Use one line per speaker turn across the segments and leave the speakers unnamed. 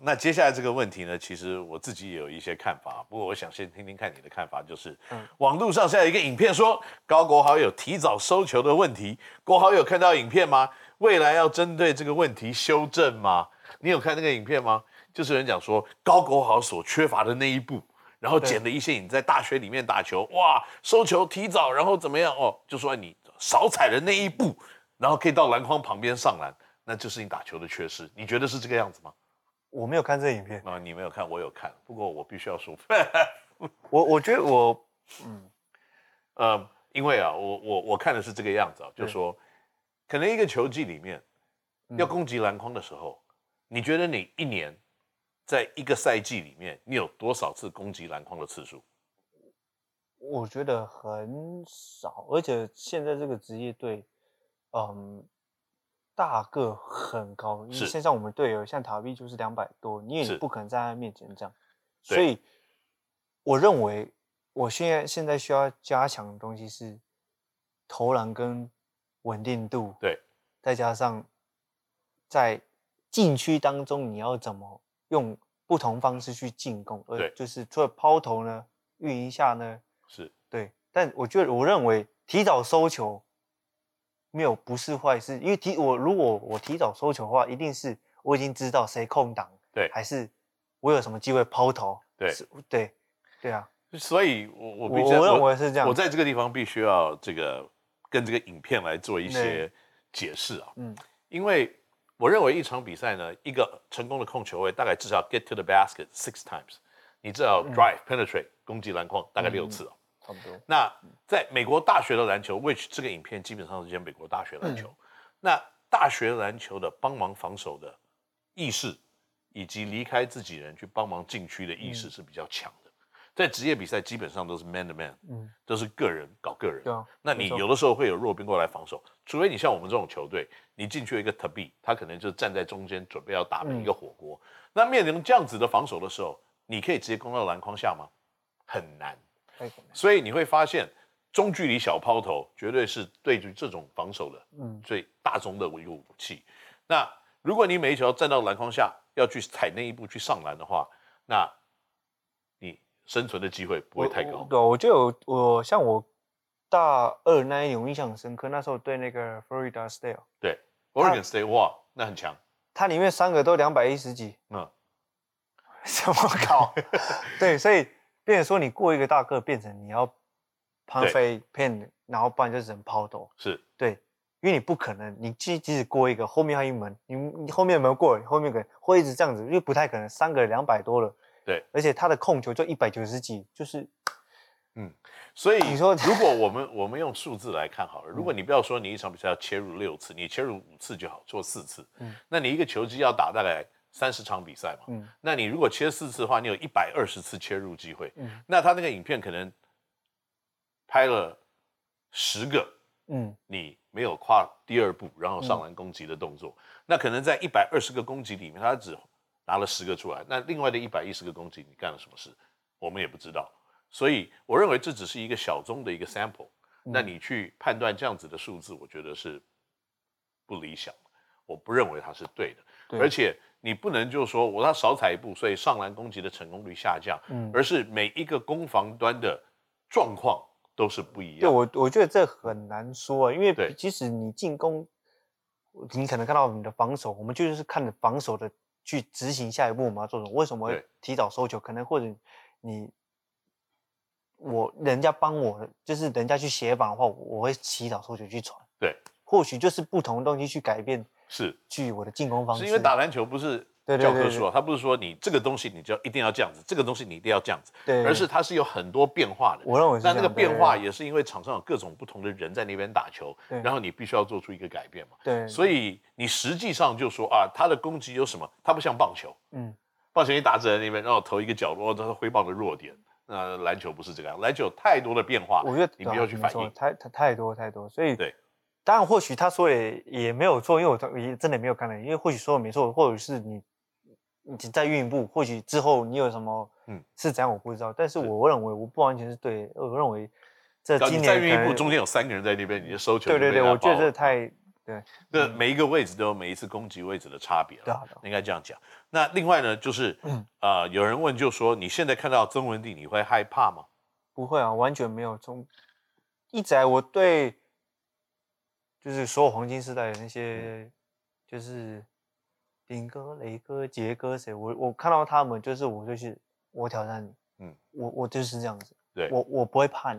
那接下来这个问题呢，其实我自己也有一些看法，不过我想先听听看你的看法，就是、网络上现在有一个影片说高国豪有提早收球的问题，国豪有看到影片吗？未来要针对这个问题修正吗？你有看那个影片吗？就是有人讲说高国豪所缺乏的那一步，然后剪了一些你在大学里面打球，哇，收球提早，然后怎么样？哦，就说你少踩的那一步，然后可以到篮筐旁边上篮，那就是你打球的缺失。你觉得是这个样子吗？
我没有看这影片，
啊，你没有看，我有看，不过我必须要说，
我我觉得我
呃，因为啊，我我我看的是这个样子啊，就说，可能一个球季里面
嗯
要攻击篮筐的时候，你觉得你一年在一个赛季里面，你有多少次攻击篮筐的次数？
我觉得很少，而且现在这个职业队，嗯，大个很高，
是
像像我们队友像塔比就是两百多，你
是
也不可能在他面前这样，
对
所以我认为我现在现在需要加强的东西是投篮跟稳定度，
对，
再加上在禁区当中，你要怎么用不同方式去进攻？
对
而就是除了抛投呢，运一下呢，
是
对。但我觉得，我认为提早收球没有不是坏事，因为提我如果我提早收球的话，一定是我已经知道谁空档，
对
还是我有什么机会抛投，
对
是，对，对啊，
所以我我
我
必须要
我认为是这样
我在这个地方必须要这个跟这个影片来做一些
对
解释啊，
嗯，
因为我认为一场比赛呢，一个成功的控球位大概至少 get to the basket six times，你至少
嗯
drive、penetrate 攻击篮筐大概六次啊。
差不多，
那在美国大学的篮球，which 这个影片基本上是讲美国大学
嗯
篮球，那大学篮球的帮忙防守的意识，以及离开自己人去帮忙禁区的意
嗯
识是比较强的。在职业比赛基本上都是 man to man，
嗯，
都是个人搞个人。
对啊
那你
没错
有的时候会有弱兵过来防守，除非你像我们这种球队，你进去一个 t a b 他可能就站在中间准备要打每
嗯
一个火锅。那面临这样子的防守的时候，你可以直接攻到篮筐下吗？很难。
太可能了，
所以你会发现，中距离小抛投绝对是对于这种防守的
嗯，
最大宗的一个武器。那如果你每一球要站到篮筐下，要去踩那一步去上篮的话，那你生存的机会不会太
我我
高。
对啊，我就有我像我大二那一年，我印象很深刻，那时候对那个 Florida State，哦
对，Oregon State 哇，那很强。
它里面三个都两百一十几，
嗯，
怎么搞？对，所以变成说你过一个大个，变成你要攀
对
飞骗，然后不然就只能抛投。
是
对，因为你不可能，你即即使过一个，后面还有一门，你你后面没有过，你后面可能会一直这样子，因为不太可能三个两百多了。
对，
而且他的控球就一百九十几，就是
所以
你说
如果我们我们用数字来看好了，如果你不要说你一场比赛要切入六次，你切入五次就好，做四次，
嗯
那你一个球季要打大概三十场比赛嘛，
嗯
那你如果切四次的话，你有一百二十次切入机会，
嗯
那他那个影片可能拍了十个，
嗯
你没有跨第二步，然后上篮攻击的动
嗯
作，那可能在一百二十个攻击里面，他只拿了十个出来，那另外的一百一十个攻击，你干了什么事，我们也不知道。所以我认为这只是一个小宗的一个 sample，、那
嗯
你去判断这样子的数字，我觉得是不理想的，我不认为它是对的。
对
而且你不能就说我要少踩一步，所以上篮攻击的成功率下降，
嗯，
而是每一个攻防端的状况都是不一
对
样。
我，我觉得这很难说啊，因为
对
即使你进攻，你可能看到我们的防守，我们就是看着防守的去执行下一步我们要做什么。为什么会
对
提早收球？可能或者你我人家帮我，就是人家去协防的话，我我会提早收球去传。
对，
或许就是不同的东西去改变
是。
去我的进攻方式。
是因为打篮球不是
对对
教科
对
书啊，它不是说你这个东西你就一定要这样子，这个东西你一定要这样子，
对，
而是它是有很多变化的。
我认为是
那
这
那个
样对
变化也是因为场上有各种不同的人在那边打球，
对
然后你必须要做出一个改变嘛。
对，
所以你实际上就说啊，他的攻击有什么？他不像棒球，
嗯
棒球你打在那边，然后投一个角落，这是挥棒的弱点。那篮球不是这个样，篮球有太多的变化，
我觉得
你
对
必
啊
须要去
没
反
错
应。
太太太多太多，所以
对。
当然，或许他说也也没有错，因为我都也真的没有看了，因为或许说的没错，或者是你你在运步，或许之后你有什么
嗯
嗯是怎样我不知道，但是我认为我不完全是对，我认为这
然后
今
啊你
年
再运
可
一步，
能
中间有三个人在那边，你就收球就
对
被人家
对对，啊
爆了。
我觉得这太对
这每一个位置都有每一次攻击位置的差别
对啊
了
对啊，
应该这样讲。那另外呢，就是
嗯
呃，有人问就说，你现在看到曾文帝，你会害怕吗？
不会啊，完全没有。从一直来我对就是所有黄金时代
嗯
的那些，就是顶哥、雷哥、杰哥谁，我我看到他们，就是我就是我挑战你，
嗯
嗯，我我就是这样子，
对
我我不会怕你，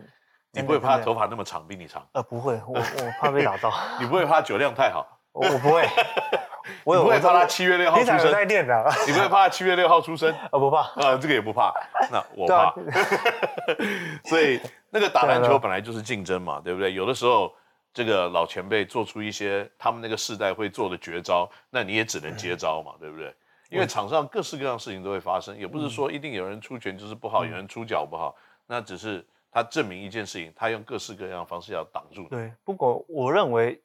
你
真
不
的
会怕？
真
头
的
发那么长比你长？
呃，不会，我我怕 被打到，
你不会怕酒量太好？
我我 不会，我
你
有
不会
我
怕他
我
七月六号
平常
出
有在
生？
练的啊，
你不会怕他七月六号出生？
呃，不怕，
啊，这个也不怕，那我
对
怕
啊。
所以那个打篮
对
球
啊
本来就是竞争嘛，对不对？有的时候这个老前辈做出一些他们那个世代会做的绝招，那你也只能接招
嗯
嘛，对不对？因为场上各式各样的事情都会发生，也不是
嗯
说一定有人出拳就是不好，有人出脚不好，那只是他证明一件事情，他用各式各样的方式要挡住你。
对，不过我认为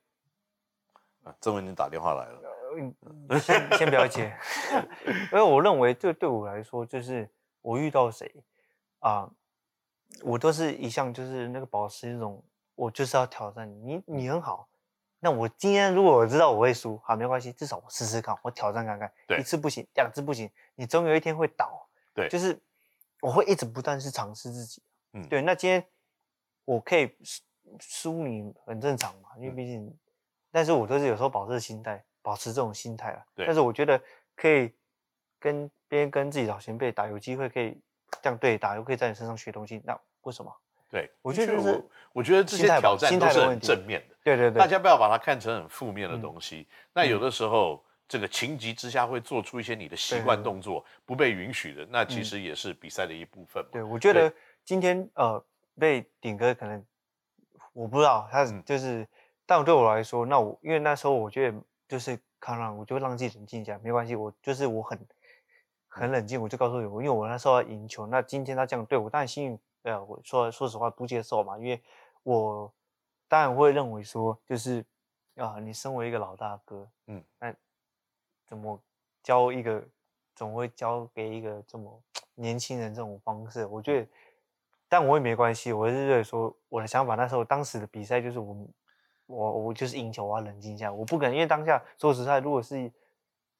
啊曾文，你打电话来了，
嗯，先先不要接， 因为我认为这对我来说，就是我遇到谁啊、我都是一向就是那个保持一种，我就是要挑战你，你你很好。那我今天如果我知道我会输，好，没关系，至少我试试看，我挑战看看，
对
一次不行，两次不行，你总有一天会倒。
对
就是我会一直不断去尝试自己。
嗯
对，那今天我可以输输你很正常嘛，因为
嗯
毕竟，但是我都是有时候保持心态，保持这种心态啊。
对
但是我觉得可以跟边跟自己老前辈打，有机会可以这样对打，又可以在你身上学东西，那为什么？
对，
我觉得
的确
就是
我我觉得这些
心态吧
挑战
心
都
态
是
的
很
问题
正面的。
对对对，嗯
大家不要把它看成很负面的东西。那有的时候，这个情急之下会做出一些你的习惯
对对对
动作不被允许的，那其实也是比赛的一部分嘛。
嗯对，我觉
对
得今天呃被顶哥可能我不知道他
嗯
就是，但对我来说，那我因为那时候我觉得就是康朗，我就让自己冷静一下，没关系，我就是我很
嗯
很冷静，我就告诉我，因为我那时候要赢球，那今天他这样对我，当然心里呃我说说实话不接受嘛，因为我当然会认为说就是啊、你身为一个老大哥，
嗯，
那怎么教一个，总会教给一个这么年轻人这种方式，我觉得，但我也没关系，我是觉得说我的想法，那时候当时的比赛就是我，我我就是赢球，我要冷静一下，我不可能，因为当下说实在，如果是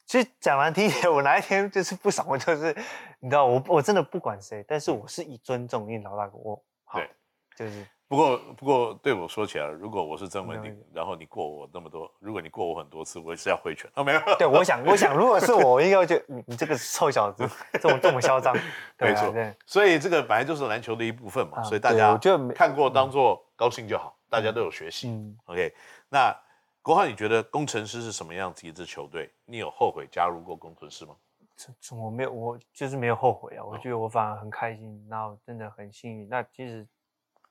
其实讲难听一点， 我哪一天就是不爽，我就是你知道，我我真的不管谁，但是我是以尊重，因为老大哥，我好
对，
就是
不过，不过对我说起来，如果我是曾文
没有
鼎，然后你过我那么多，如果你过我很多次，我也是要挥拳啊，没有，
对，我想，我想，如果是我，我应该会觉得你你这个臭小子，这么这么嚣 张，对
没
啊
错
对。
所以这个本来就是篮球的一部分嘛，
啊
所以大
对
家
我觉得没
看过当做高兴就好，大家都有学习。
嗯，
OK，那国浩，你觉得工程师是什么样子一支球队？你有后悔加入过工程师吗？
这这我没有，我就是没有后悔啊，我觉得我反而很开心，然后真的很幸运。那其实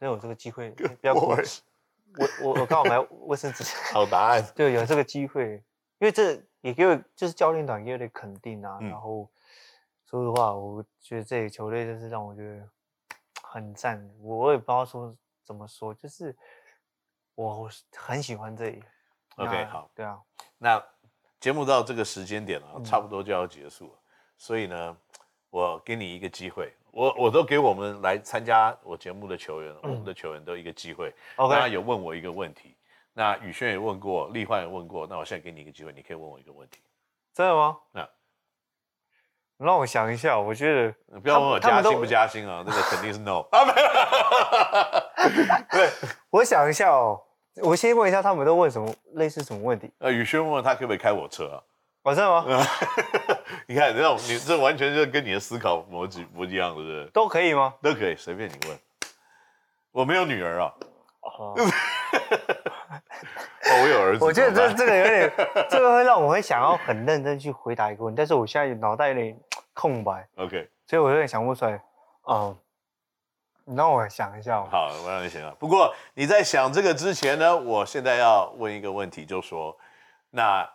能有这 个机会，不要哭
我
我我我刚好买卫生纸，
好答案。
对，有这个机会，因为这也给我就是教练团给我的肯定啊。
嗯
然后说实话，我觉得这个球队就是让我觉得很赞，我也不知道说怎么说，就是我很喜欢这里。
OK，
那
好，
对啊，
那节目到这个时间点了、
嗯
差不多就要结束了，所以呢，我给你一个机会，我我都给我们来参加我节目的球员，我们的球员都一个机会。
嗯 OK
那有问我一个问题，那宇轩也问过，立焕也问过，那我现在给你一个机会，你可以问我一个问题。
真的吗？
那
让我想一下，我觉得
你呃不要问我
他
加
们
薪
都
不加薪啊，那个肯定是 no 啊，没有。对，
我想一下哦，我先问一下他们都问什么类似什么问题？
呃，宇轩问他可不可以开我车啊？
哦，真的吗？
你看，这种你这完全就是跟你的思考逻辑不一样，对不对？
都可以吗？
都可以，随便你问。我没有女儿啊，
哦，
哦，我有儿子。
我觉得
怎么办
这这个 有点，这个会让我会想要很认真去回答一个问题，但是我现在脑袋有点空白，
OK，
所以我有点想不出来。嗯，你让我想一下哦。
好，我让你想啊。不过你在想这个之前呢，我现在要问一个问题，就说，那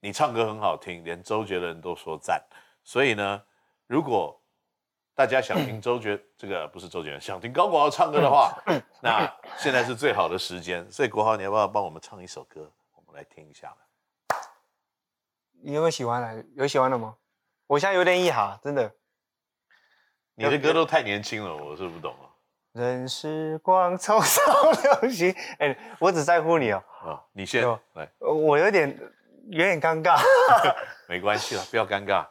你唱歌很好听，连周杰伦都说赞，所以呢，如果大家想听周杰，这个不是周杰伦，想听高国豪唱歌的话，
嗯
那现在是最好的时间。所以国豪，你要不要帮我们唱一首歌？我们来听一下。
你有没有喜欢的？有喜欢的吗？我现在有点意哈，真的。
你的歌都太年轻了，我是不懂啊。
任时光 匆匆流逝。哎、我只在乎你哦，
啊，你先
有
来，
呃我有点有点尴尬。
没关系了，不要尴尬。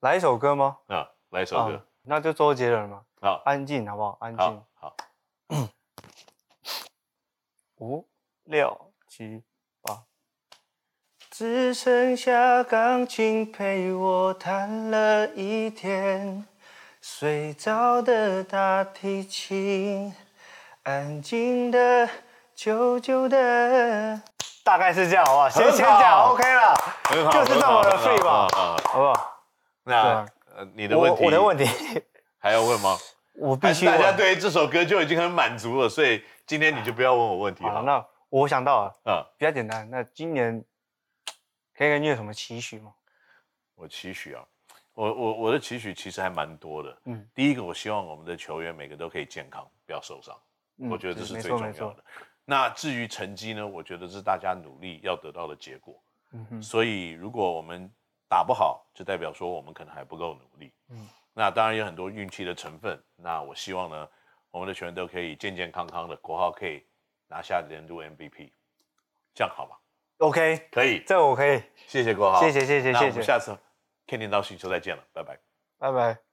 来一首歌吗？
啊，来一首
啊
歌，
那就周杰伦嘛，
好，
安静好不好？安静
好，，好，
五六七八，只剩下钢琴陪我弹了一天，睡着的大提琴，安静的，久久的。大概是这样，好不好？先
很
先讲
好
OK 了，
很好，
就是这么的
很好
free 吧？
很好很好
好不好？
那呃你的问
我
题，
我的问题，
还要问吗？
我必
还是
须
大家
问。
对于这首歌就已经很满足了，所以今天你就不要问我问题
好了，
了。
那我想到了，
啊，
比较简单。那今年可以跟你有什么期许吗？
我期许啊，我我我的期许其实还蛮多的。
嗯
第一个，我希望我们的球员每个都可以健康，不要受伤。
嗯
我觉得这是
没
最
错
重要
没错
的。那至于成绩呢，我觉得是大家努力要得到的结果。
嗯哼，
所以如果我们打不好，就代表说我们可能还不够努力。
嗯
那当然有很多运气的成分。那我希望呢，我们的球员都可以健健康康的，国号可以拿下年度 MVP，这样好吧？
，OK，
可以，
这我可以，
谢谢国浩，
谢谢谢谢
那我
谢
们
谢，
下次天天到星球再见了，拜拜。
拜拜。